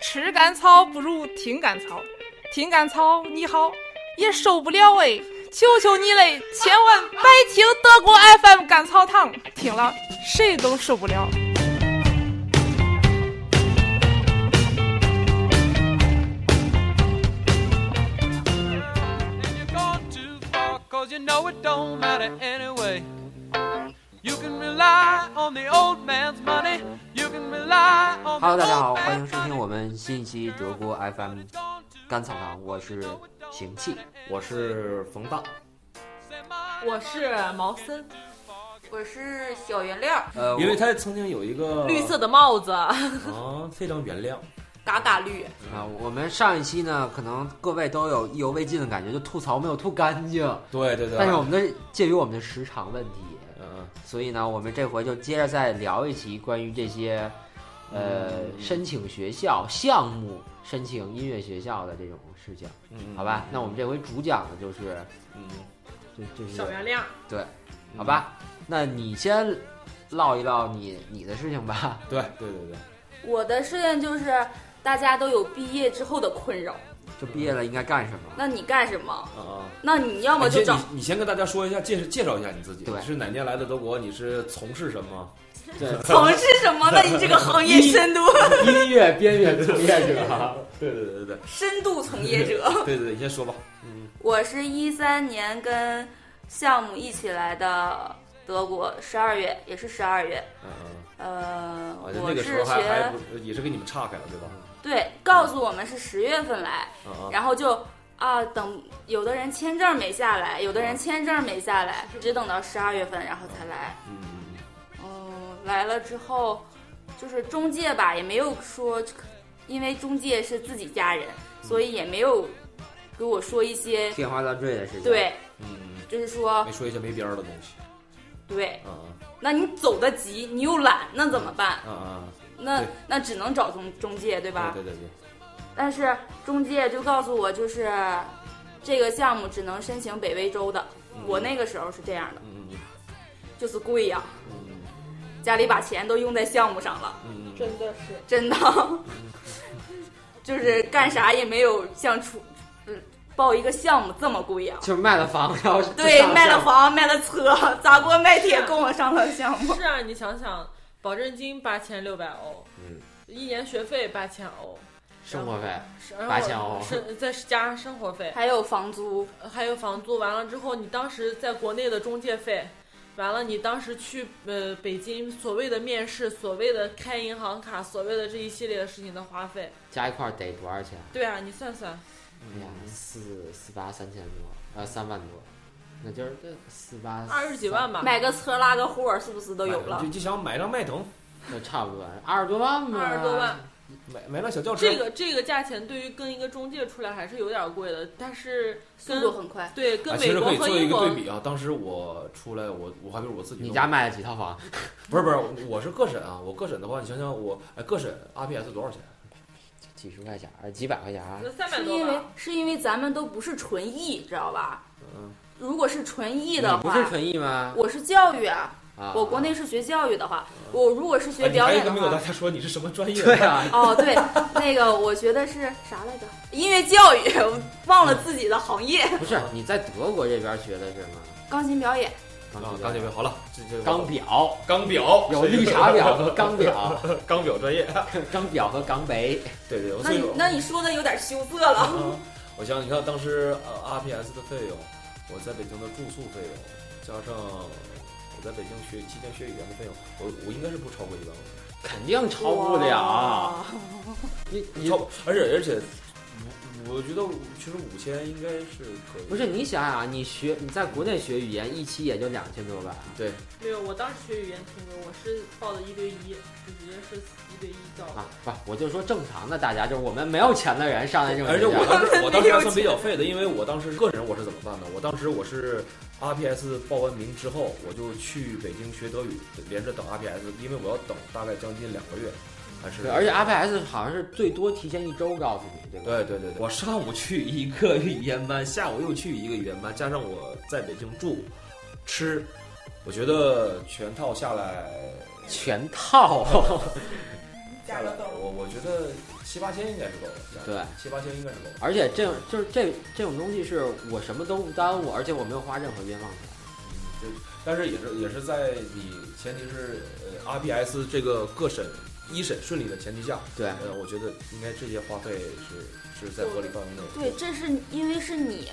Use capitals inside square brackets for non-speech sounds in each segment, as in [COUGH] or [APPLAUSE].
吃干草不如听干草，听干草你好也受不了哎，求求你嘞，千万别听德国 FM 干草堂，听了谁都受不了。 And you've gone too far, cause you know it don't matter anyway. You can rely on the old man's money. You can rely on the [LAUGHS] Hello， old 大家好，欢迎 man's 收听 money. 我们新一期德国 FM 甘草堂，我是邢气，我是冯荡，我是毛森，我是小原料，呃，因为我他曾经有一个绿色的帽子，啊，非常原谅。 [LAUGHS] 嘎嘎绿，啊、我们上一期呢，可能各位都有意犹未尽的感觉，就吐槽没有吐干净，对对啊对，但是我们的鉴于我们的时长问题，嗯所以呢，我们这回就接着再聊一期关于这些，呃，嗯申请学校项目、申请音乐学校的这种事情，嗯，好吧？那我们这回主讲的就是，嗯，就就是小原谅。好吧？那你先唠一唠你你的事情吧。 [LAUGHS] 对对对对，我的事情就是大家都有毕业之后的困扰，就毕业了应该干什么？那你干什么？啊啊。那你要么你先就找你，你先跟大家说一下，介介绍一下你自己，对你是哪年来的德国？你是从事什么？从事什么？那你这个行业深 [LAUGHS] 度音 [LAUGHS] 乐边缘从业者。对对对对对深度从业者。 [LAUGHS] 对对对，你先说吧。我是一三年跟项目一起来的德国，十二月也是十二月，嗯嗯，呃，啊，就我那个时是候还还学不也是跟你们岔开了，对吧？对，告诉我们是十月份来，啊啊，然后就啊，等有的人签证没下来，有的啊人签证没下来，只等到十二月份然后才来。嗯嗯嗯，来了之后，就是中介吧，也没有说，因为中介是自己家人，嗯所以也没有给我说一些天花乱坠的事情。，对，嗯就是嗯，说没说一些没边儿的东西。对，啊那你走得急，你又懒，那怎么办？啊啊那对那只能找中中介，对啊！吧？对对对对，但是中介就告诉我，就是这个项目只能申请北威州的。我那个时候是这样的，嗯嗯就是贵呀、嗯家里把钱都用在项目上了。嗯嗯，真的是，真的， [LAUGHS] 就是干啥也没有像出，嗯，报一个项目这么贵呀、就是卖了房，然后 [LAUGHS] 对，卖了房。房，卖了车，砸锅卖铁供我上了项目。是啊，你想想，保证金八千六百欧，嗯，一年学费八千欧，生活费，然后8000欧是再加上生活费， [LAUGHS] 还有房租，还有房租。完了之后，你当时在国内的中介费，完了你当时去呃北京所谓的面试，所谓的开银行卡，所谓的这一系列的事情的花费，加一块儿得多少钱？对啊，你算算，哎呀，四四八三千多，呃，三万多，那就是这四八二十几万吧，吧，买个车拉个货，是不是都有了就？就想买辆迈腾，就差不多二十多万吧，二十多万。。买买辆小轿车。这个这个价钱对于跟一个中介出来还是有点贵的，但是速跟度很快，对跟啊，其美实可国以和做一英个国，对比啊。当时我出来，我我还比如我自己弄，你家卖了几套房？不是不是，我是个审啊。我个审的话，你想想我，哎，个审 RPS 多少钱？几十块钱儿，几百块钱啊儿，三百是多因为吧，是因为咱们都不是纯艺，知道吧？嗯，如果是纯艺你的嗯不话，是纯艺吗？我是教育啊，啊，我国内是学教育的话，我如果是学哎你表还演的都啊没有话大，家说你是什么专业？对啊，哦，对，那个我觉得是啥来着？音乐教育，我忘了自己的行业，不是你在德国这边学的是吗？钢琴表演。 [LAUGHS] 啊，钢铁表好了，这这钢表钢 [LAUGHS] 表有绿茶婊和钢表， [LAUGHS] 钢表专业。钢表和钢杯，对对，我那所以你那你说的有点羞涩了。啊，我想你看当时呃 RPS 的费用，我在北京的住宿费用，加上我在北京学期间学语言的费用，我我应该是不超过一万块钱。肯定超不了。你你超，而且而且，我我觉得其实五千应该是可以。不是你想想啊，你学你在国内学语言一期也就两千多吧，对，没有，我当时学语言听歌，我是报的一对一，就直接是一对一教的啊，不，我就说正常的大家，就是我们没有钱的人上来这种而学且校，我当 [LAUGHS] 时我当时还算没比有较废的，因为我当时个人我是怎么办的？我当时我是 RPS 报完名之后，我就去北京学德语，连着等 RPS，因为我要等大概将近两个月，还是对，而且 RPS 好像是最多提前一周告诉你，对吧？对对对对，我上午去一个语言班，下午又去一个语言班，加上我在北京住吃，我觉得全套下来全套， [LAUGHS] 下来，我我我觉得七八千应该是够了，价格对，七八千应该是够了。而且这种就是这这种东西是我什么都不耽误，而且我没有花任何冤枉钱。就但是也是也是在你前提是呃 RBS 这个各审一审顺利的前提下，对，呃，我觉得应该这些花费是是在合理范围内。对，这是因为是你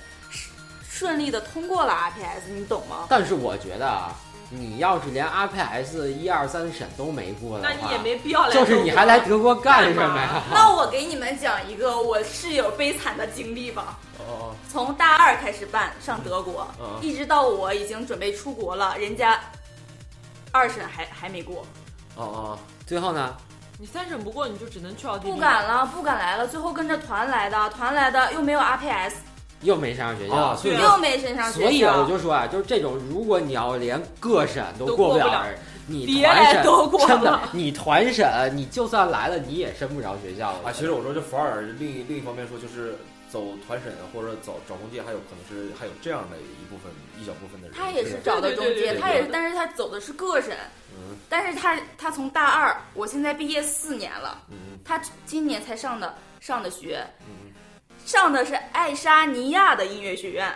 顺利的通过了 RPS，你懂吗？但是我觉得啊，你要是连 RPS 一二三审都没过的那话，你也没必要来，就是你还来，德国干什么干呀？那我给你们讲一个我室友悲惨的经历吧。哦从大二开始办上德国，嗯嗯一直到我已经准备出国了，人家二审还还没过，哦哦最后呢，你三审不过你就只能去奥地利，不啊敢了，不敢来了。最后跟着团来的，团来的又没有 RPS，又没上学校。啊！所以又没升上所学以我校，就说啊，就是这种，如果你要连各审都都过过不不了，了你别团来审都过真的了，你团审，你就算来了，你也升不着学校了啊，其实我说这反而另一另一方面说，就是走团审啊，或者找找中介，还有可能是还有这样的一部分一小部分的人，他也是找的中对对介，对对他也是，对但是他走的是个审，嗯但是他他从大二，我现在毕业四年了，嗯他今年才上的上的学，嗯上的是爱沙尼亚的音乐学院，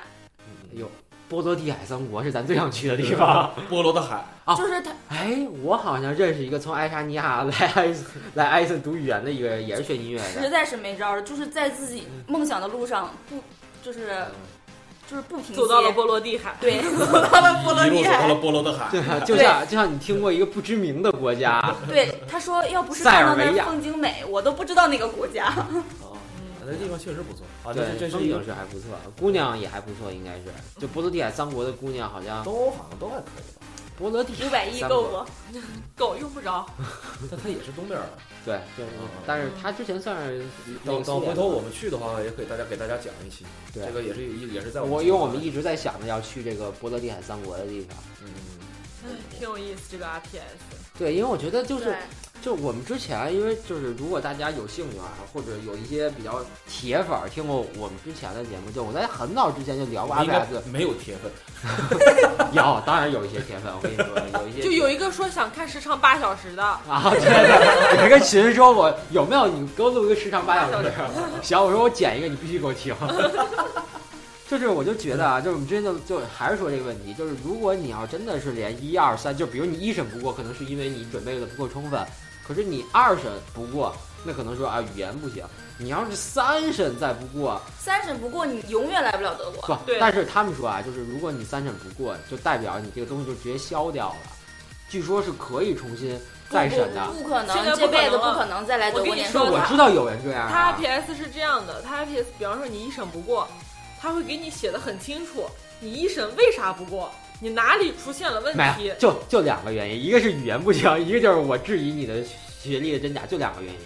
嗯哎呦，波罗的海三国是咱最想去的地方。波罗的海啊就是他哎，我好像认识一个从爱沙尼亚来埃来埃森读语言的一个人，也是学音乐实的。在是没招儿，就是在自己梦想的路上不，就是就是不停歇走到了波罗的海，对，走到了波罗一路的走到了海。波罗的海，对啊，就像就像你听过一个不知名的国家，对，他说要不是塞看尔到那维亚嗯儿风景美，我都不知道那个国家。啊，那地方确实不错啊，这是对，这风是一景个是还不错，姑娘也还不错，应该是。就波罗的海三国的姑娘，好像都好像都还可以吧，波罗的海五百亿三够国不？狗用不着，但它也是东边儿。对，就是嗯嗯但是她之前算是等等，领先回头我们去的话，也可以大家给大家讲一期，对这个也是一也是在我们因为我们一直在想着要去这个波罗的海三国的地方。嗯 [LAUGHS] 哎挺有意思这个 RPS，对，因为我觉得就是对，就我们之前，因为就是如果大家有兴趣啊，或者有一些比较铁粉儿听过我们之前的节目，就我在很早之前就聊过我们应该 RPS，没有铁粉， [LAUGHS] 有，当然有一些铁粉，我跟你说，有一些就有一个说想看时长八小时的，啊，对对，有一个群说我有没有你给我录一个时长八小 [LAUGHS] 时， [LAUGHS] 行，我说我剪一个，你必须给我听。 [LAUGHS] 就是我就觉得啊，就是我们之前就就还是说这个问题，就是如果你要真的是连一二三，就比如你一审不过，可能是因为你准备的不够充分，可是你二审不过，那可能说啊语言不行。你要是三审再不过，三审不过你永远来不了德国。不，对但是他们说啊，就是如果你三审不过，就代表你这个东西就直接消掉了，据说是可以重新再审的。不可现能，在这不可辈子能不了可能再来德我国跟你念书说我了。知道有人这样、啊，它 RPS 是这样的，它 RPS 比方说你一审不过，它会给你写的很清楚，你一审为啥不过，你哪里出现了问没题有，，就就两个原因，一个是语言不行，一个就是我质疑你的学历的真假，就两个原因。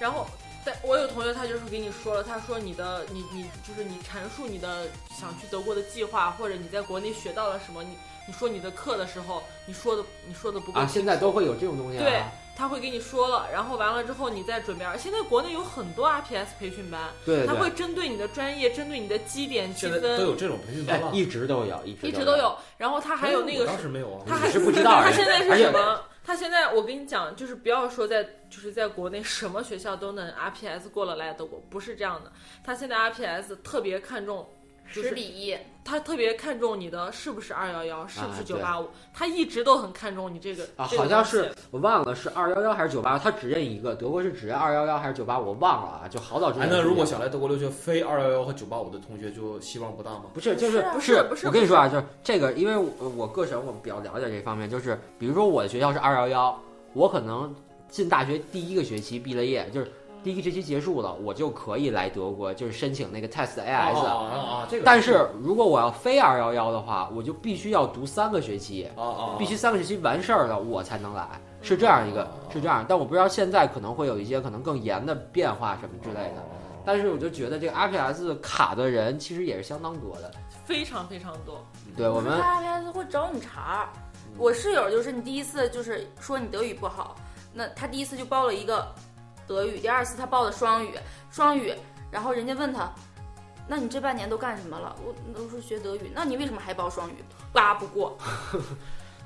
然后。但我有同学，他就是跟你说了，他说你的你你就是你阐述你的想去德国的计划，或者你在国内学到了什么，你你说你的课的时候，你说的你说的不够啊，清现在楚都会有这种东西、啊。对他会跟你说了，然后完了之后你再准备。而现在国内有很多 RPS 培训班，对对他会对，针对你的专业，针对你的基点积现在都有分，这种培训班哎了，一直都有，一直一直都都。有。然后他还有那我个当是时没有啊，他哦你还是不知道而他已现在而是且什么？他现在我跟你讲，就是不要说在就是在国内什么学校都能 RPS 过了来德国，不是这样的。他现在 RPS 特别看重，就十是比一，他特别看重你的是不是二幺幺，是不是哎对九八五，他一直都很看重你这个啊，这个好像东西是我忘了是二幺幺还是九八，他只认一个，德国是只认二幺幺还是九八，我忘了啊，就好早之哎前。，那如果想来德国留学，非二幺幺和九八五的同学就希望不大吗？不是，不就是啊不是是不是我跟你说啊，就是这个，因为我我个人我比较了解这方面，就是比如说我的学校是二幺幺，我可能进大学第一个学期毕了业，就是第一个学期结束了，我就可以来德国，就是申请那个 test 啊 AS。啊啊，这个但是如果我要非二幺幺的话，我就必须要读三个学期，啊啊，必须三个学期完事儿了，我才能来，是这样一个，是这样。但我不知道现在可能会有一些可能更严的变化什么之类的。但是我就觉得这个 RPS 卡的人其实也是相当多的。嗯非常非常多。对我们他 RPS 会找你茬儿。嗯我室友就是你第一次就是说你德语不好，那他第一次就报了一个德语，第二次他报的双语，双语，然后人家问他，那你这半年都干什么了？我都是学德语，那你为什么还报双语？八不过，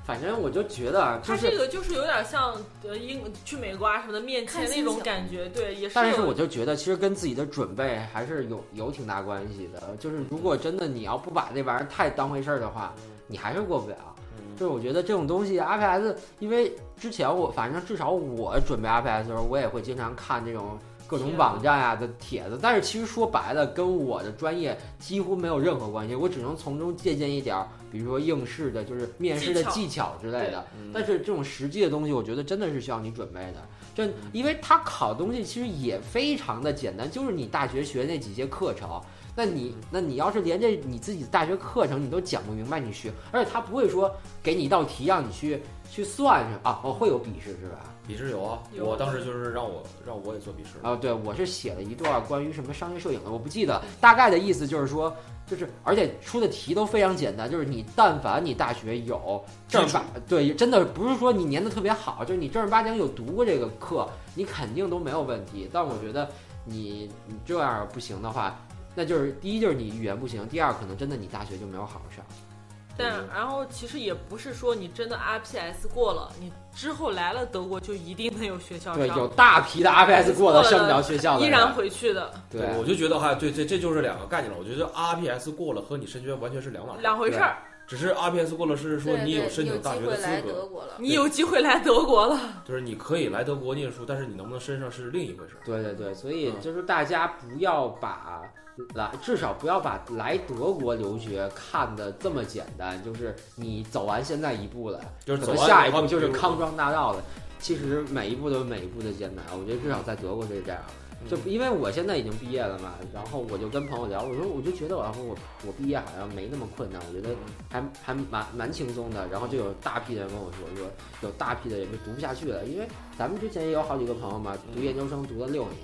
反正我就觉得啊，就它这是，个就是有点像呃英去美国啊什么的面签看那心种情感觉，对，也是但是有我就觉得其实跟自己的准备还是有有挺大关系的。就是如果真的你要不把这玩意儿太当回事儿的话，你还是过不了。嗯就是我觉得这种东西 RPS，因为之前我反正至少我准备 RPS 的时候，我也会经常看这种各种网站呀、的帖子，但是其实说白了，跟我的专业几乎没有任何关系，我只能从中借鉴一点儿，比如说应试的，就是面试的技技巧之类的。嗯但是这种实际的东西，我觉得真的是需要你准备的。这因为他考的东西其实也非常的简单，就是你大学学那几节课程。那你那你要是连这你自己的大学课程你都讲不明白，你学，而且他不会说给你一道题让你去去算是啊，哦会有笔试是吧？笔试有啊，有我当时就是让我让我也做笔试，啊，对，我是写了一段关于什么商业摄影的，我不记得，大概的意思就是说，就是而且出的题都非常简单，就是你但凡你大学有正儿八，对，真的不是说你念的特别好，就是你正儿八经有读过这个课，你肯定都没有问题。但我觉得你你这样不行的话，那就是第一就是你语言不行，第二可能真的你大学就没有好好上。但然后其实也不是说你真的 RPS 过了，你之后来了德国就一定能有学校对，有上，大批的 RPS 过了过了上不了学校的依人，然回去的对。啊我就觉得哈，对，这这就是两个概念了。我觉得 RPS 过了和你升学完全是两码事，两回事儿。只是 RPS 过了是说对你对，申你有请大机学会的资来德格，国了，你有机会来德国了，就是你可以来德国念书，但是你能不能升上是另一回事儿。对对对，所以嗯就是大家不要把来，至少不要把来德国留学看得这么简单，就是你走完现在一步了，就是可走能完下一以后步就是比如康庄大道了。其实每一步都有每一步的艰难，我觉得至少在德国是这样。就因为我现在已经毕业了嘛，然后我就跟朋友聊，我说我就觉得我要我我毕业好像没那么困难，我觉得还还蛮蛮轻松的。然后就有大批的人跟我说，说有大批的人就读不下去了，因为咱们之前也有好几个朋友嘛，读研究生读了六年，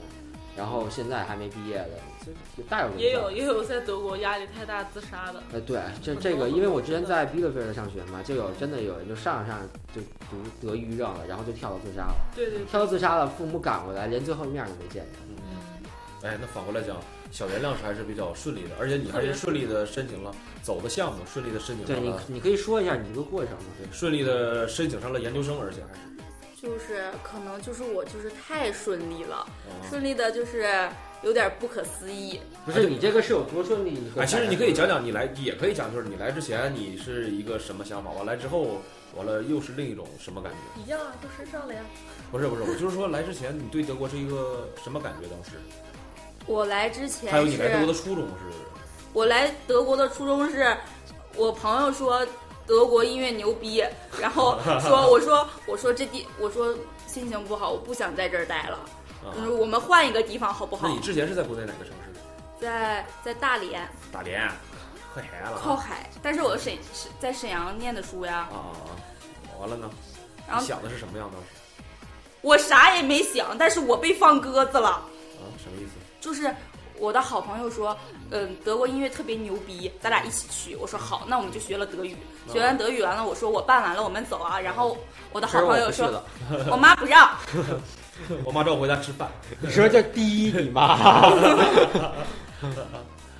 然后现在还没毕业的，就就大有人在嗯也有也有在德国压力太大自杀的，呃，对，这很这多个，很因为多我真之前的在比利菲尔上学嘛，就有真的有人就上着上着就读得抑郁症了，然后就跳楼自杀了，对对跳楼自杀了，父母赶过来，连最后一面都没见着。哎，那反过来讲，小袁亮是还是比较顺利的，而且你还是顺利的申请了走的项目，顺利的申请对上你了，，你可以说一下你这个过程吗？顺利的申请上了研究生，而且还是就是可能就是我就是太顺利了，啊。顺利的就是有点不可思议。不是你这个是有多顺利？你说哎，其实大概你可以讲讲你来，也可以讲就是你来之前你是一个什么想法，完来之后，完了又是另一种什么感觉？一样啊，都身上了呀。不是不是，我就是说来之前你对德国是一个什么感觉？当时我来之前还有你来德是，国的初衷是？我来德国的初衷是，我朋友说德国音乐牛逼，然后 [LAUGHS] 说我说我说这地我说心情不好，我不想在这儿待了，啊就是我们换一个地方好不那好你？啊之前是在国内哪个城市？在在大连大连，快海了靠啊海，但是我沈是在沈阳念的书呀啊，啊！完了呢？然你后想的是什么样的？啊我啥也没想，但是我被放鸽子了。啊，什么意思？就是我的好朋友说，嗯，德国音乐特别牛逼，咱俩一起去。我说好，那我们就学了德语。嗯学完德语完了，我说我办完了，我们走啊。然后我的好朋友说，我妈不让。我妈叫我回家吃饭。你说这第一，你妈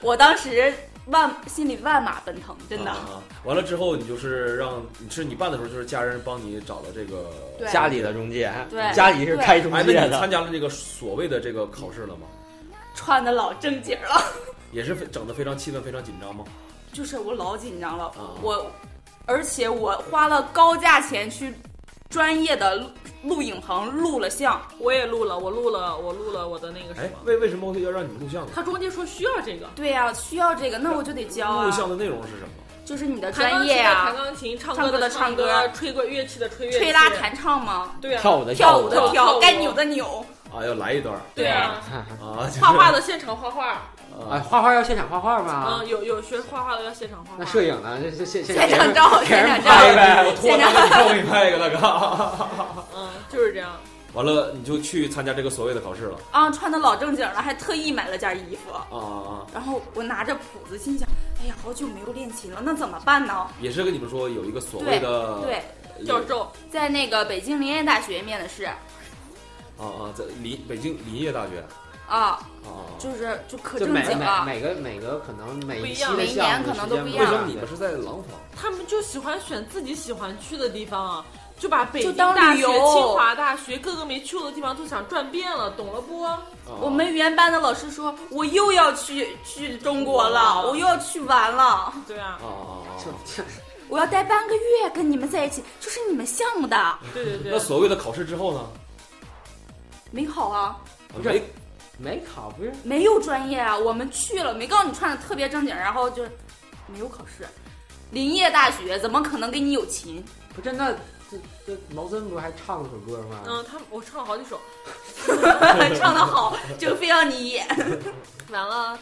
我当时万心里万马奔腾，真嗯的。啊。完了之后，你就是让你是你办的时候，就是家人帮你找了这个。对家里的中介，对家里是开中哎，那介你的，参加了这个所谓的这个考试了吗？穿的老正经了，也是非整的非常气氛非常紧张吗？就是我老紧张了嗯啊，我而且我花了高价钱去专业的录录影棚录了像，我也录了，我录了，我录了我的那个什哎么。，为为什么要让你们录像呢？他中间说需要这个，对呀、需要这个，那我就得教啊录，像的内容是什么？就是你的弹钢专琴业的呀、弹钢琴，唱唱歌歌的的唱唱歌歌，吹过乐器的吹乐器，吹拉弹唱吗？对啊，跳舞的跳舞的跳舞跳，该扭的 [LAUGHS] 扭。啊，要来一段儿对啊，啊，就是画画的现场画画， [LAUGHS] 哎，啊，画画要现场画画吗？嗯，有有学画画的要现场画画。那摄影呢？这这现现现场 [LAUGHS] 照，给现人场拍照。呗，我脱了你 [LAUGHS] 照给你啊拍一个大哥。嗯，就是这样。 [LAUGHS] 完了，你就去参加这个所谓的考试了啊，穿的老正经了，还特意买了件衣服。啊啊！啊然后我拿着谱子，心想，哎呀，好久没有练琴了，那怎么办呢？也是跟你们说有一个所谓的对，也教授，在那个北京林业大学面的试，啊啊，在林北京林业大学啊，啊，就是就可就正每经每了。每个每个可能每不一一期样的每一项年目可的能时都间不一不为样什样么你们是在廊坊？他们就喜欢选自己喜欢去的地方啊，就把北京就当大旅学、游清华大学各个没去过的地方都想转遍了，懂了不？啊我们语言班的老师说，我又要去去中国了，我又要去玩了，对啊啊，啊啊！就啊就我要待半个月跟你们在一起，就是你们项目的对对对那，所谓的考试之后呢？没好啊，不是没没考不是没有专业啊，我们去了，没告诉你穿的特别正经，然后就没有考试。林业大学怎么可能给你有琴？ [LAUGHS] 不是那这这毛森不是还唱了首歌吗？嗯，他们我唱了好几首，唱的好就非要你演。完了。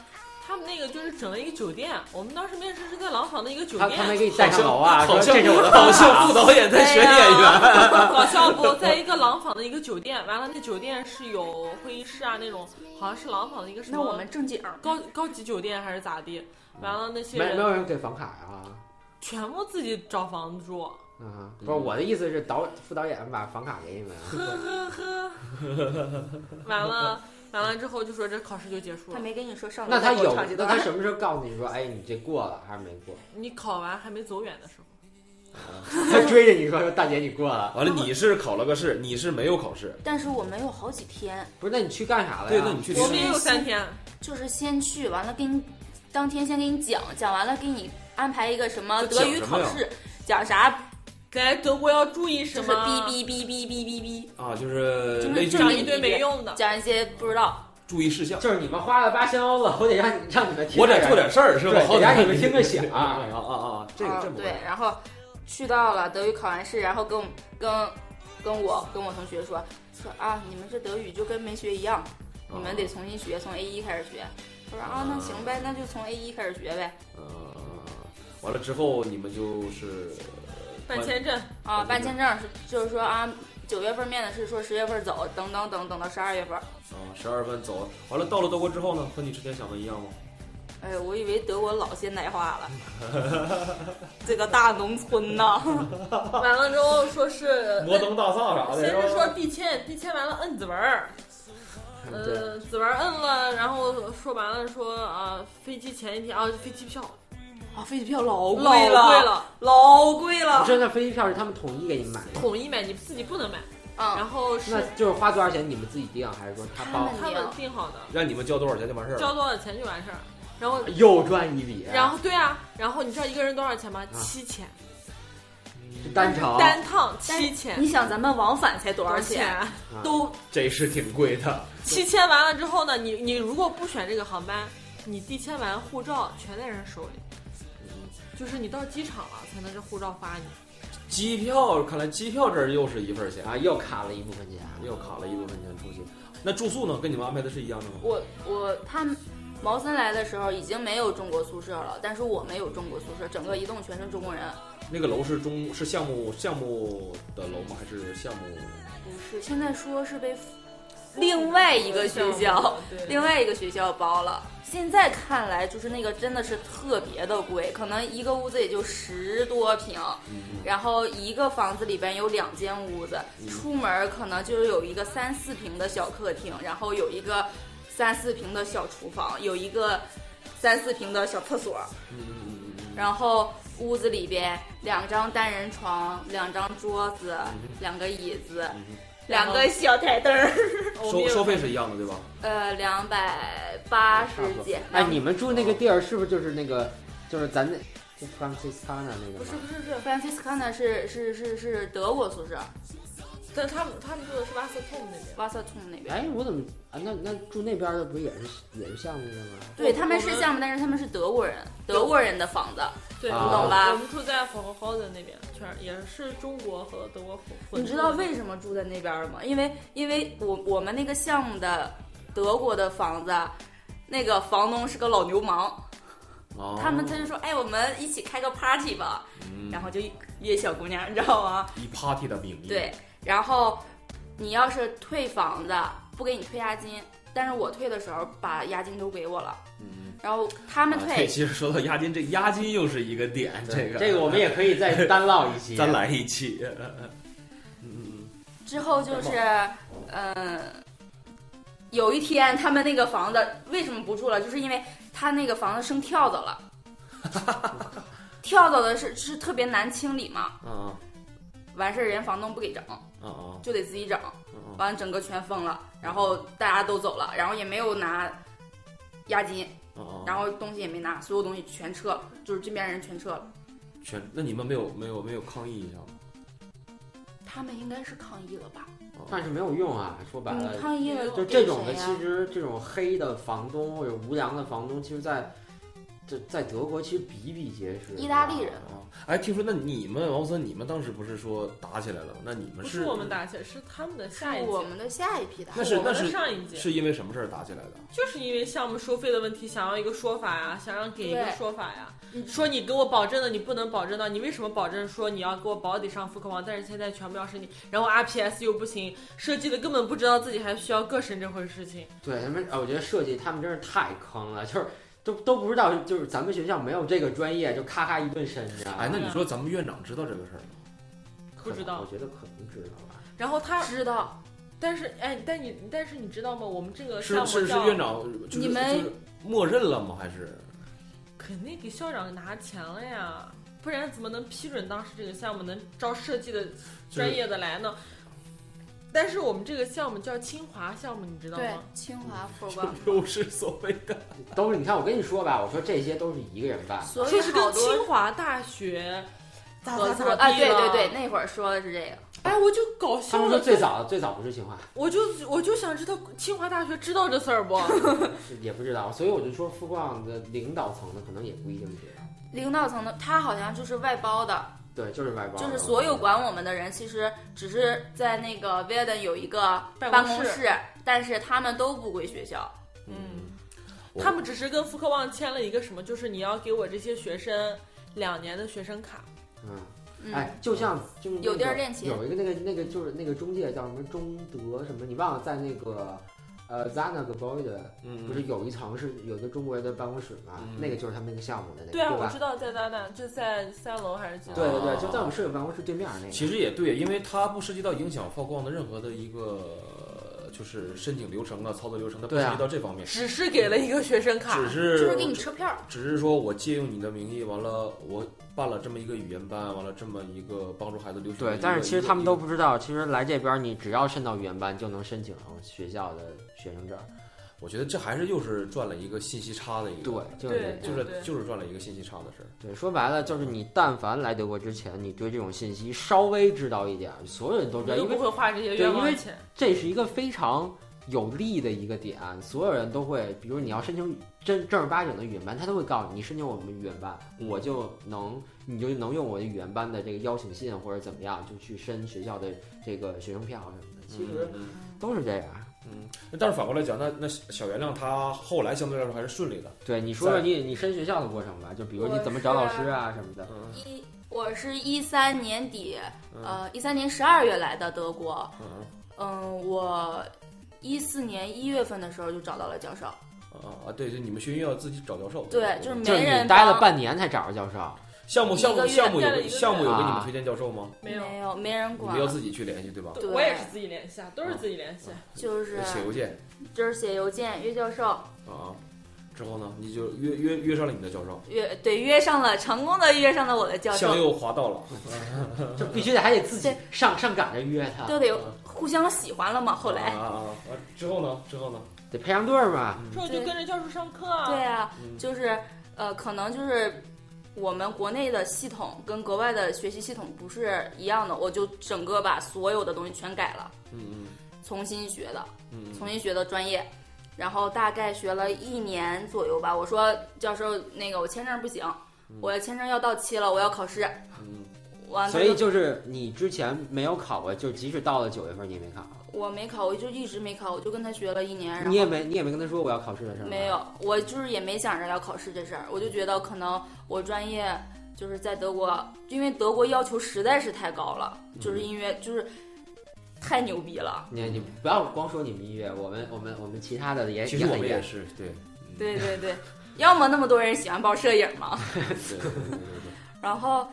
他们那个就是整了一个酒店，我们当时面试是在廊坊的一个酒他店，他没给你带好上像楼啊？好说像这是我的 [LAUGHS] 好方像法副导演在选演员。搞笑不？在一个廊坊的一个酒店，完了那酒店是有会议室啊那种，好像是廊坊的一个什么那我们正经，高高级酒店还是咋地？完了那些没没人有人给房卡啊。全部自己找房子住，啊，不是我的意思是导副导演把房卡给你们啊，呵呵呵。完了完了之后就说这考试就结束他了，没跟你说上那他再给我有唱这那段他什么时候告诉你说，哎，你这过了还是没过？你考完还没走远的时候，他追着你说说大姐你过了，完了，你是考了个试，你是没有考试。但是我们有好几天，不是？那你去干啥了对，呀？那你去我听们也有三天，就是先去完了给你，当天先给你讲，讲完了给你安排一个什么这德讲语什考么呀试，讲啥在德国要注意就什是么？哔哔哔哔哔哔啊，就是就是类似正讲于啊一堆没用的哔，。讲一些不知道。注意事项， [LAUGHS] 就是你们花了八千欧了，我得让你让你们听，我得做点事儿是吧？好对，得让你们歹听个 [LAUGHS] 响啊啊啊啊！这个嗯这么对，然后去到了德语考完试，然后跟我们跟跟我跟我同学说说啊，你们这德语就跟没学一样，你们得啊从新学，从 A 一开始学。我说啊，那行呗，那就从 A 一开始学呗。嗯，完了之后你们就是呃办签证，啊，对办对签证是就是说啊，九月份面的是说十月份走，等等等等到十二月份。啊，十二分走了。完了到了德国之后呢，和你之前想的一样吗？哎，我以为德国老现代化 [LAUGHS] 了，这个大农村 [LAUGHS] 呐，完了之后说是摩登大厦啥的，呃先是是说吧递签，递签完了摁指纹儿， [LAUGHS] 对，嗯呃，指纹儿摁了，然后说完了说啊、飞机前一天啊，飞机票啊，飞机票老老贵贵了，了，老贵了不。是那飞机票是他们统一给你买的，统一买你自己不能买，嗯，然后是那就是花多少钱你们自己定，还是说他包？他嗯们定好的，让你们交多少钱就完事儿交了。多少钱就完事儿，然后又赚一笔，然后对啊，然后你知道一个人多少钱吗？啊哦七千，是单程，单趟但七千你，想咱们往返才多多少少钱？钱？啊啊都这是挺贵的，七千完了之后呢，你你如果不选这个航班，你递签完护照全在人手里，就是你到机场了才能这护照发你。机票看来机票这儿又是一份钱，啊，又卡了一部分钱，又卡了一部分钱出去。那住宿呢，跟你们安排的是一样的吗？我我他们毛森来的时候已经没有中国宿舍了，但是我们有中国宿舍，整个一栋全是中国人，那个楼是中是项目项目的楼吗？还是项目？不是现在说是被另外一个学校。嗯对，另外一个学校包了。现在看来，就是那个真的是特别的贵，可能一个屋子也就十多平，嗯，然后一个房子里边有两间屋子，出门可能就是有一个三四平的小客厅，然后有一个三四平的小厨房，有一个三四平的小厕所，嗯嗯嗯然后屋子里边两张单人床，两张桌子，两个椅子，嗯两个小台灯儿， [LAUGHS] 我们收也收费是一样的，对吧？呃，两百八差不十多几。哦哎，你们住那个地儿是不是就是那个，就是咱那就 Franciscana 那个不吗是？不是不是，Franciscana 是是是是德国宿舍，但他们他们住的是瓦斯通那边。瓦萨通那边。哎，我怎么啊？那那住那边的不是也是也是项目的吗？对，我他们是我们项目，但是他们是德国人，德国人的房子，对，啊我懂吧我们住在法国豪森那边，全是也是中国和德国混。混你知道住的为什么住在那边吗？因为因为我我们那个项目的德国的房子，那个房东是个老流氓，哦，他们他就说，哎，我们一起开个 party 吧，嗯然后就约小姑娘，你知道吗？以 party 的名义，对，，然后你要是退房子，不给你退押金，但是我退的时候把押金都给我了，嗯，然后他他们退。其实说到押金，这押金又是一个点，这对个这个我们也可以再单唠一 [LAUGHS] 期。咱来一期，嗯嗯嗯，之后就是，嗯，呃有一天他们那个房子为什么不住了，就是因为他那个房子生跳蚤了，跳蚤的是是特别难清理嘛，啊完事儿人房东不给整，啊啊就得自己整，啊！完了整个全封了，然后大家都走了，然后也没有拿押金，啊然后东西也没拿，所有东西全撤了，就是这边人全撤了。全，那你们没有没有没有抗议一下吗？他们应该是抗议了吧？嗯但是没有用啊，说白了嗯，，抗议了就这种的，给谁其呀实这种黑的房东或者无良的房东，其实在这在德国其实比比皆是。意大利人啊，哎，听说那你们王森，你们当时不是说打起来了吗？那你们不是是我们打起来，是他们的下一我届，们的下一批的，那是我们那的是上一届，是因为什么事儿打起来的？就是因为项目收费的问题，想要一个说法呀、想让给一个对说法呀、嗯说你给我保证的，你不能保证到，你为什么保证说你要给我保底上复刻王，但是现在全部要申请，然后 RPS 又不行，设计的根本不知道自己还需要个审这回事情。对他们，呃我觉得设计他们真是太坑了，就是都都不知道，就是咱们学校没有这个专业，就咔咔一顿申，你知道吗？哎，那你说咱们院长知道这个事儿吗？可能不知道我觉得可能知道吧。然后他，知道但是哎，但你但是你知道吗？我们这个项是目是是叫院长，就是你们就是默认了吗？还是肯定给校长拿钱了呀，不然怎么能批准当时这个项目能招设计的就专是业的来呢？但是我们这个项目叫清华项目，你知道对吗？清华佛 [LAUGHS] 光，有失所谓的？都是你看，我跟你说吧，我说这些都是一个人干的。所以说是好跟多清华大学合合作作啊，对地对了对，，那会儿说的是这个，哎，我就搞他笑们了说，最早最早不是清华，我就我就想知道清华大学知道这事儿不？是也不知道，所以我就说富矿的领导层的可能也不一定知道。领导层的他好像就是外包的，对，就是外包的，就是所有管我们的人其实只是在那个 v e d e n 有一个办办公公室室，但是他们都不归学校，嗯，我他们只是跟福科旺签了一个什么，就是你要给我这些学生两年的学生卡，嗯。嗯，哎，就像就是那个有地儿练琴有一个那个那个就是那个中介叫什么中德什么，你忘了在那个呃 Zana g b o y 的，嗯不是有一层是有一个中国人的办公室嘛？嗯那个就是他们那个项目的那个，对啊，我吧哦知？道在大大就在三楼还是几楼？对对对，啊就在我们舍友办公室对面那个。其实也对，因为它不涉及到影响曝光的任何的一个呃就是申请流程啊、操作流程，它不对啊涉及到这方面，只是给了一个学生卡，只就是是给你车票，只是说我借用你的名义，完了我办了这么一个语言班，完了这么一个帮助孩子留学的一个。对，但是其实他们一个都不知道，其实来这边你只要申到语言班就能申请学校的学生证。我觉得这还是又是赚了一个信息差的一个，对，就是对这就样。对是就是赚了一个信息差的事嗯儿。对，说白了就是你但凡来德国之前，你对这种信息稍微知道一点儿，所有人都我知道，又因为不会花这些对冤因为枉钱。这是一个非常有利的一个点，所有人都会，比如你要申请正正儿八经的语言班，他都会告诉你，你申请我们语言班，我就能，你就能用我的语言班的这个邀请信或者怎么样，就去申学校的这个学生票什么的，其实嗯，嗯都是这样。嗯嗯但是反过来讲，那那小原谅他后来相对来说还是顺利的。对，你说说你你申学校的过程吧，就比如你怎么找老师啊什么的。嗯一我是一三年底，嗯呃，一三年十二月来的德国，嗯嗯，我一四年一月份的时候就找到了教授，啊啊！对，就你们学院要自己找教授。对嗯就是没就是人你待了帮半年才找着教授，项目项一目个月项目有干了一给个月项目有给你们啊推荐教授吗？没有，没有没人你管们，要自己去联系对吧？对我也是自己联系啊，都是自己联系。就是写邮件就是写邮件约教授，啊啊，之后呢，你就约约约上了你的教授，约对约上了，成功的约上了我的教向授，右滑道了。就必须得还得自己对上上赶着约他，都得嗯互相喜欢了嘛。后来，啊啊啊啊！之后呢？之后呢？得配上对儿嘛。之后就跟着教授上课啊。对啊，嗯就是呃，可能就是我们国内的系统跟国外的学习系统不是一样的，我就整个把所有的东西全改了，嗯重新学的，嗯嗯重新学的专业。然后大概学了一年左右吧。我说教授，那个我签证不行，我签证要到期了，我要考试。嗯完了，所以就是你之前没有考过，就即使到了九月份你也没考，我没考，我就一直没考，我就跟他学了一年。然后你也没你也没跟他说我要考试的事儿，没。有，我就是也没想着要考试这事儿，我就觉得可能我专业就是在德国，因为德国要求实在是太高了，就是音乐就是太牛逼了。你你不要光说你们音乐，我们我们我们其他的也其实我很们严也是对对对对， [LAUGHS] 要么那么多人喜欢报摄影嘛， [LAUGHS] 对对对对对，然后，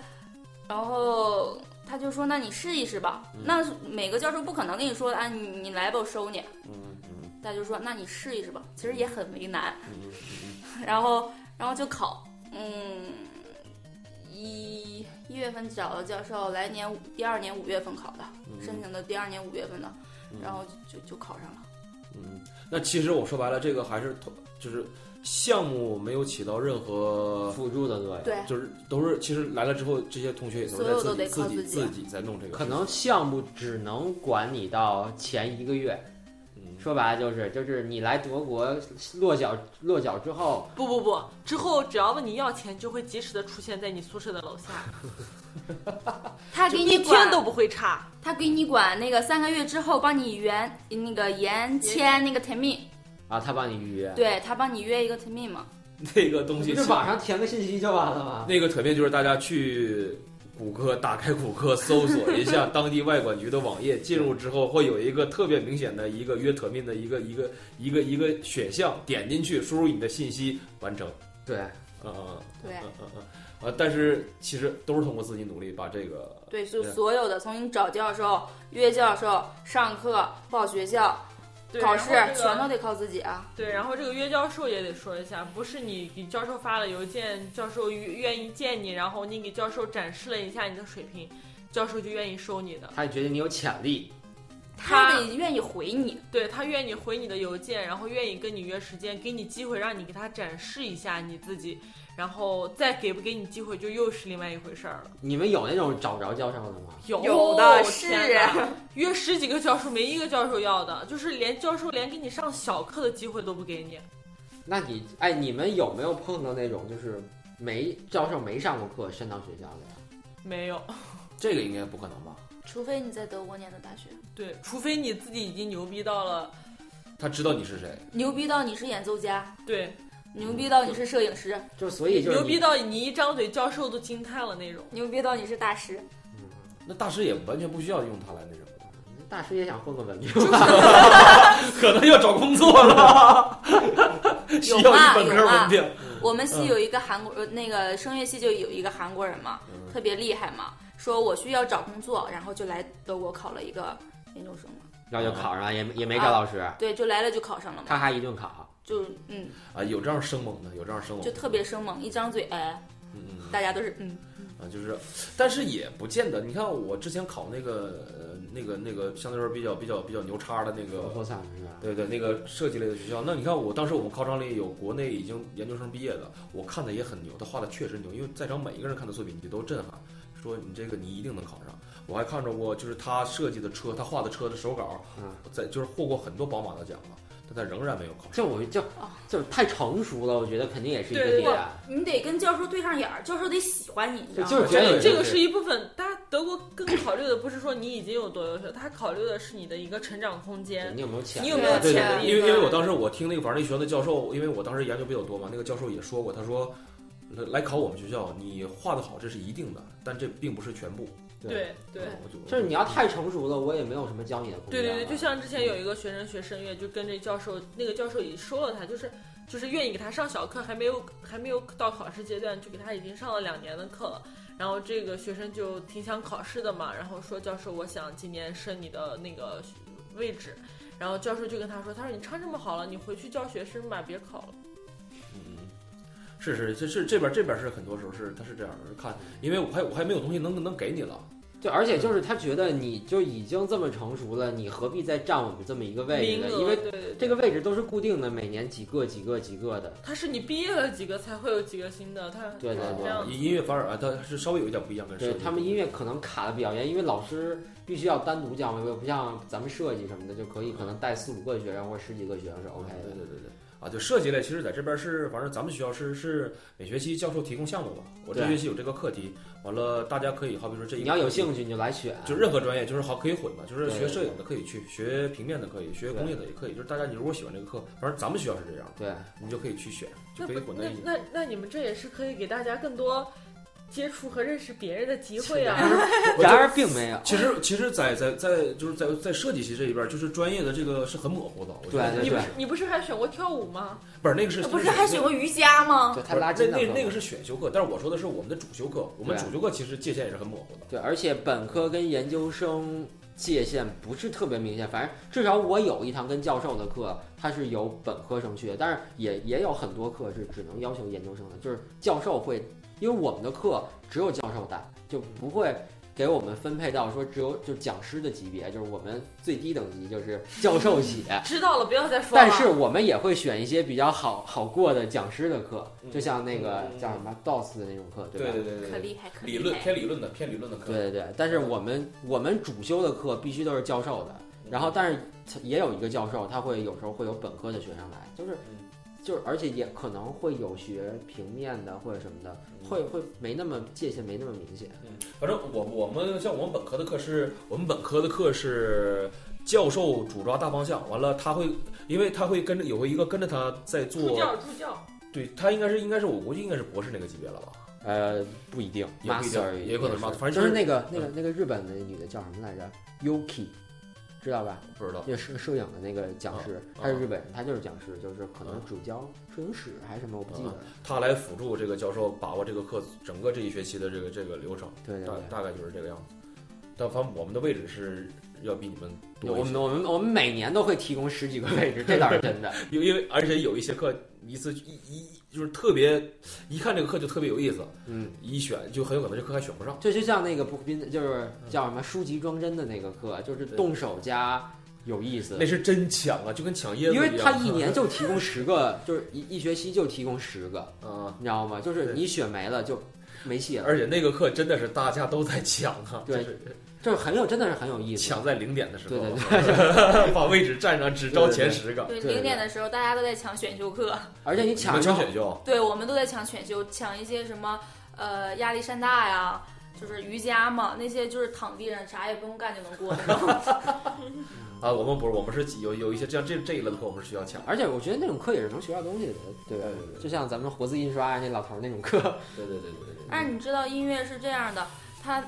然后他就说那你试一试吧。嗯那每个教授不可能跟你说啊，你你来吧，我收你。嗯嗯，大家就说那你试一试吧，其实也很为难，嗯嗯然后然后就考，嗯，一一月份找的教授，来年五第二年五月份考的，嗯申请的第二年五月份的，嗯然后就就就考上了。嗯，那其实我说白了，这个还是同就是项目没有起到任何，辅助的作用。对，就是都是其实来了之后，这些同学也都所有是都在自己得靠自己自己啊自己在弄这个，可能项目只能管你到前一个月，嗯说白了就是就是你来德国落脚落脚之后，不不不，之后只要问你要钱，就会及时的出现在你宿舍的楼下，他给一你天管，都不会差。他给你管那个三个月之后帮你延那个延签那个 t e m i 啊，他帮你预嗯约，对他帮你约一个 t e m i 嘛。那个东不西就网上填个信息就完了吗？那个腿面就是大家去谷歌打开谷歌搜索 [LAUGHS] 一下当地外管局的网页，进入之后会有一个特别明显的一个约特命的一个一个一个一个选项，点进去输入你的信息完成。对，嗯嗯对嗯嗯嗯嗯，啊，但是其实都是通过自己努力把这个对，就对所有的从你找教授、约教授、上课、报学校、对考试，然后这个全都得靠自己啊。对，然后这个约教授也得说一下，不是你给教授发了邮件，教授愿愿意见你，然后你给教授展示了一下你的水平，教授就愿意收你的。他也觉得你有潜力，他他得愿意回你，对他愿意回你的邮件，然后愿意跟你约时间，给你机会让你给他展示一下你自己，然后再给不给你机会就又是另外一回事儿了。你们有那种找不着教授的吗？有有的哦是啊天哪约十几个教授没一个教授要的，就是连教授连给你上小课的机会都不给你。那你哎，你们有没有碰到那种就是没教授没上过课升到学校的呀？没有，这个应该不可能吧？除非你在德国念的大学，对，除非你自己已经牛逼到了，他知道你是谁，牛逼到你是演奏家，对，牛逼到你是摄影师，就所以就是牛逼你到你一张嘴教授都惊叹了那种。牛逼到你是大师。那大师也完全不需要用他来那什么的，大师也想混个文凭， [LAUGHS] 可能要找工作 [LAUGHS] 了，需要有吧一本科有啊吧文凭。我们系有一个韩国，呃，那个声乐系就有一个韩国人嘛，嗯特别厉害嘛，说我需要找工作，然后就来德国考了一个研究生嘛，然后就考上了，也也没找老师，对，就来了就考上了嘛，咔咔一顿考。就嗯，啊，有这样生猛的，有这样生猛就的，特别生猛，一张嘴哎，嗯嗯嗯大家都是嗯，啊，就是，但是也不见得。你看我之前考那个呃那个那个相对来说比较比较比较牛叉的那我个，后三是吧？对对，那个设计类的学校。那你看我当时我们考场里有国内已经研究生毕业的，我看的也很牛，他画的确实牛，因为在场每一个人看的作品你都震撼，说你这个你一定能考上。我还看着过就是他设计的车，他画的车的手稿，嗯在就是获过很多宝马的奖了，但他仍然没有考上。就我就就是太成熟了，我觉得肯定也是一个对点。你得跟教授对上眼儿，教授得喜欢你，你知就道就吗？是觉得这个是一部分，大家德国更考虑的不是说你已经有多优秀，他考虑的是你的一个成长空间。你有没有潜你力有没有对对潜对，力？因为因为我当时我听那个反正那学校的教授，因为我当时研究比较多嘛，那个教授也说过，他说来来考我们学校，你画的好这是一定的，但这并不是全部。对对我就就是你要太成熟了，我也没有什么教你的空间对了。对对，就像之前有一个学生学声乐，就跟这教授，那个教授也收了他，就是就是愿意给他上小课，还没有还没有到考试阶段，就给他已经上了两年的课了。然后这个学生就挺想考试的嘛，然后说教授，我想今年升你的那个位置。然后教授就跟他说，他说你唱这么好了，你回去教学生吧，别考了。嗯，是是，这是这边这边是很多时候是他是这样的，看，因为我还我还没有东西能能给你了，对，而且就是他觉得你就已经这么成熟了，你何必再占我们这么一个位置名呢？额因为对对对这个位置都是固定的，每年几个几个几个的。他是你毕业了几个才会有几个新的，他对对这样子啊音音乐反而啊，它是稍微有一点不一样跟对设计。他们音乐可能卡的比较严，因为老师必须要单独教嘛，不像咱们设计什么的就可以，可能带四五个学生或者十几个学生是 OK 对的。对对对。啊，就设计类，其实在这边是，反正咱们学校是是每学期教授提供项目吧。我这对学期有这个课题，完了大家可以好比说这一你个要有课题兴趣你就来选，就任何专业，就是好可以混的，就是对学摄影的可以去，学平面的可以，学工业的也可以。就是大家你如果喜欢这个课，反正咱们学校是这样，对。你就可以去选，就那可不以混在那一起。那那你们这也是可以给大家更多接触和认识别人的机会啊。然而并没有。其实，其实在，在在就是在在设计系这一边儿，就是专业的这个是很模糊的。我觉得对你对不对是你不是还选过跳舞吗？不是那个是不是还选过瑜伽吗对，？不他是拉筋的哦那那那个是是选修课，但是我说的是我们的主修课，我们对啊主修课其实界限也是很模糊的。对，而且本科跟研究生界限不是特别明显，反正至少我有一堂跟教授的课，他是由本科生去的，但是也也有很多课是只能要求研究生的，就是教授会，因为我们的课只有教授带，就不会。给我们分配到说只有就是讲师的级别，就是我们最低等级就是教授级，知道了，不要再说了。但是我们也会选一些比较好好过的讲师的课，就像那个叫什么 DOS 的那种课，吧？嗯对对可厉害，可厉理论害。偏理论的偏理论的课。对对对，但是我们我们主修的课必须都是教授的，嗯然后但是也有一个教授，他会有时候会有本科的学生来，就是嗯就是，而且也可能会有学平面的或者什么的，嗯会会没那么界限没那么明显。反正我我们像我们本科的课是，我们本科的课是教授主抓大方向，完了他会，因为他会跟着有一个跟着他在助做，教助教，对他应该是应该是我估计应该是博士那个级别了吧，呃，不一定也不一定，master 也有可能是 master，反正就就嗯是是那个那个那个日本的女的叫什么来着？Yuki，知道吧？不知道。那摄摄影的那个讲师，啊他是啊日本人，他就是讲师，就是可啊能主教摄影史还是什么，我不记得啊了。他来辅助这个教授把握这个课整个这一学期的这个这个流程，对对大对。大概就是这个样子。但反正我们的位置是要比你们多我一些们，我们我们每年都会提供十几个 [LAUGHS] 位置，这倒是真的。因为因为而且有一些课一次一一就是特别，一看这个课就特别有意思，嗯，一选就很有可能这课还选不上。这就像那个不宾，就是叫什么书籍装帧的那个课，就是动手加有意思那。是真抢啊，就跟抢椰子因一样。为他一年就提供十个， [LAUGHS] 就是一一学期就提供十个，啊，你知道吗？就是你选没了就没戏了，而且那个课真的是大家都在抢啊，对就是就是很有，真的是很有意思。抢在零点的时候，对对把位置占上，只招前十个。对，对零点的时候大家都在抢选修课，而且你你抢们之抢后，选修，对我们都在抢选修，抢一些什么呃亚历山大呀，就是瑜伽嘛，那些就是躺地上啥也不用干就能过的那种。啊，我们不是，我们是有有一些这样这这一类的课，我们是需要抢。而且我觉得那种课也是能学到东西的，对吧对对对？就像咱们活字印刷啊那老头儿那种课，对对对对对。但是你知道音乐是这样的，它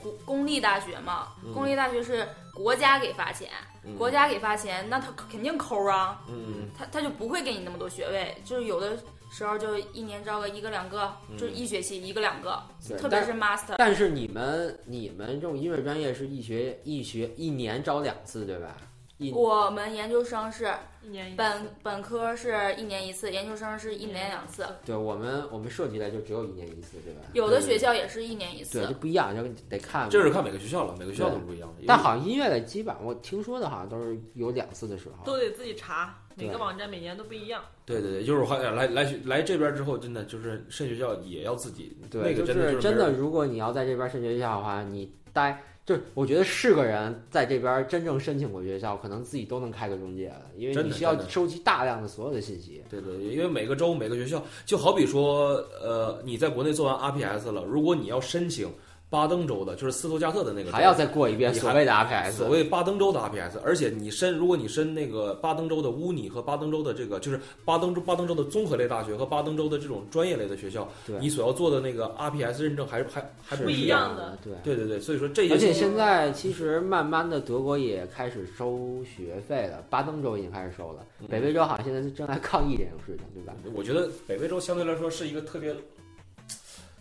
公公立大学嘛，公立大学是国家给发钱，嗯国家给发钱，那他肯定抠啊， [LAUGHS] 嗯，他他就不会给你那么多学位，就是有的时候就一年招个一个两个，就是一学期一个两个，对特别但是 master。但是你们你们这种音乐专业是一学一学一年招两次，对吧？一我们研究生是一年一次本本科是一年一次，研究生是一年两次，对我们我们设计类就只有一年一次，对吧？有的学校也是一年一对就次。不一样，就得看。这是看每个学校了，每个学校都不一样。但好像音乐类基本上我听说的好像都是有两次的时候都。得自己查，每个对网站每年都不一样。对对对，就是好像来来学来这边之后，真的就是上学校也要自己对，那个就真的是是真没的，人如果你要在这边申学校的话，你待就是我觉得是个人在这边真正申请过学校，可能自己都能开个中介了，因为真你的需要真的收集大量的所有的信息。对对，因为每个州每个学校，就好比说，呃，你在国内做完 RPS 了，如果你要申请巴登州的，就是斯图加特的那个州，还要再过一遍你还所谓的 RPS，所谓巴登州的 RPS，而且你申，如果你申那个巴登州的乌尼和巴登州的这个，就是巴登州巴登州的综合类大学和巴登州的这种专业类的学校对，你所要做的那个 RPS 认证还是还还是不一一样的的，对。对对对，所以说这而且些现在其实慢慢的，德国也开始收学费了，巴登州已经开始收了，嗯北威州好像现在正在 [LAUGHS] 抗议这种事情，对吧？我觉得北威州相对来说是一个特别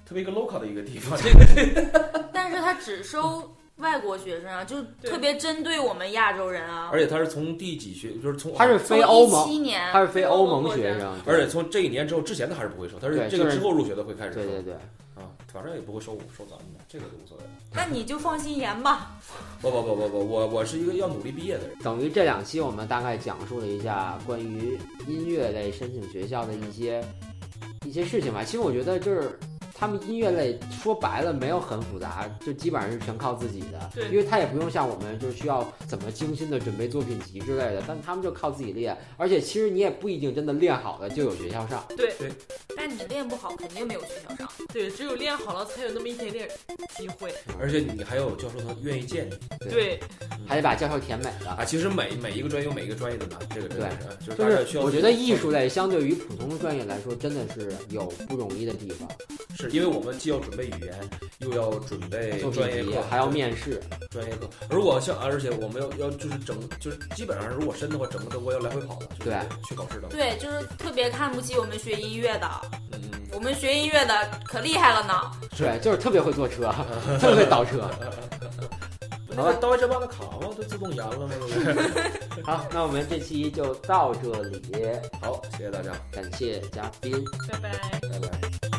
特别一个 local 的一个地方，这个但是他只嗯收外国学生啊，就特别针对我们亚洲人啊而。且它是从第几学，就是从它是从非欧一盟，七年它是非欧盟学生，而且从这一年之后，之前的还是不会收，但是对这个就是之后入学的会开始收。对对对，啊，反正也不会收我收咱们的，这个就无所谓了。那你就放心研吧。不不不不不，我我是一个要努力毕业的人。等于这两期我们大概讲述了一下关于音乐类申请学校的一些一些事情吧。其实我觉得就是他们音乐类说白了没有很复杂，就基本上是全靠自己的，对因为他也不用像我们就是需要怎么精心的准备作品集之类的，但他们就靠自己练，而且其实你也不一定真的练好了就有学校上。但你练不好，肯定没有学校上。对，只有练好了才有那么一点点机会。而且你还有教授他愿意见你对，还得把教授填美了。啊。其实每每一个专业有每一个专业的难，这个真的是啊就是就大家需是要。我觉得艺术类相对于普通专业来说，真的是有不容易的地方。是因为我们既要准备语言，又要准备做专业题课，还要面试，专业课。如果像而且我们要要就是整就是基本上如果深的话，整个德国要来回跑了，就是对去考试的。对，就是特别看不起我们学音乐的，嗯，嗯我们学音乐的可厉害了呢。是对，就是特别会坐车， [LAUGHS] 特别会倒车。好那刀一这帮的卡嘛，就自动严了嘛，对不 [LAUGHS] 对？好，那我们这期就到这里，好，谢谢大家，感谢嘉宾，拜拜。拜拜。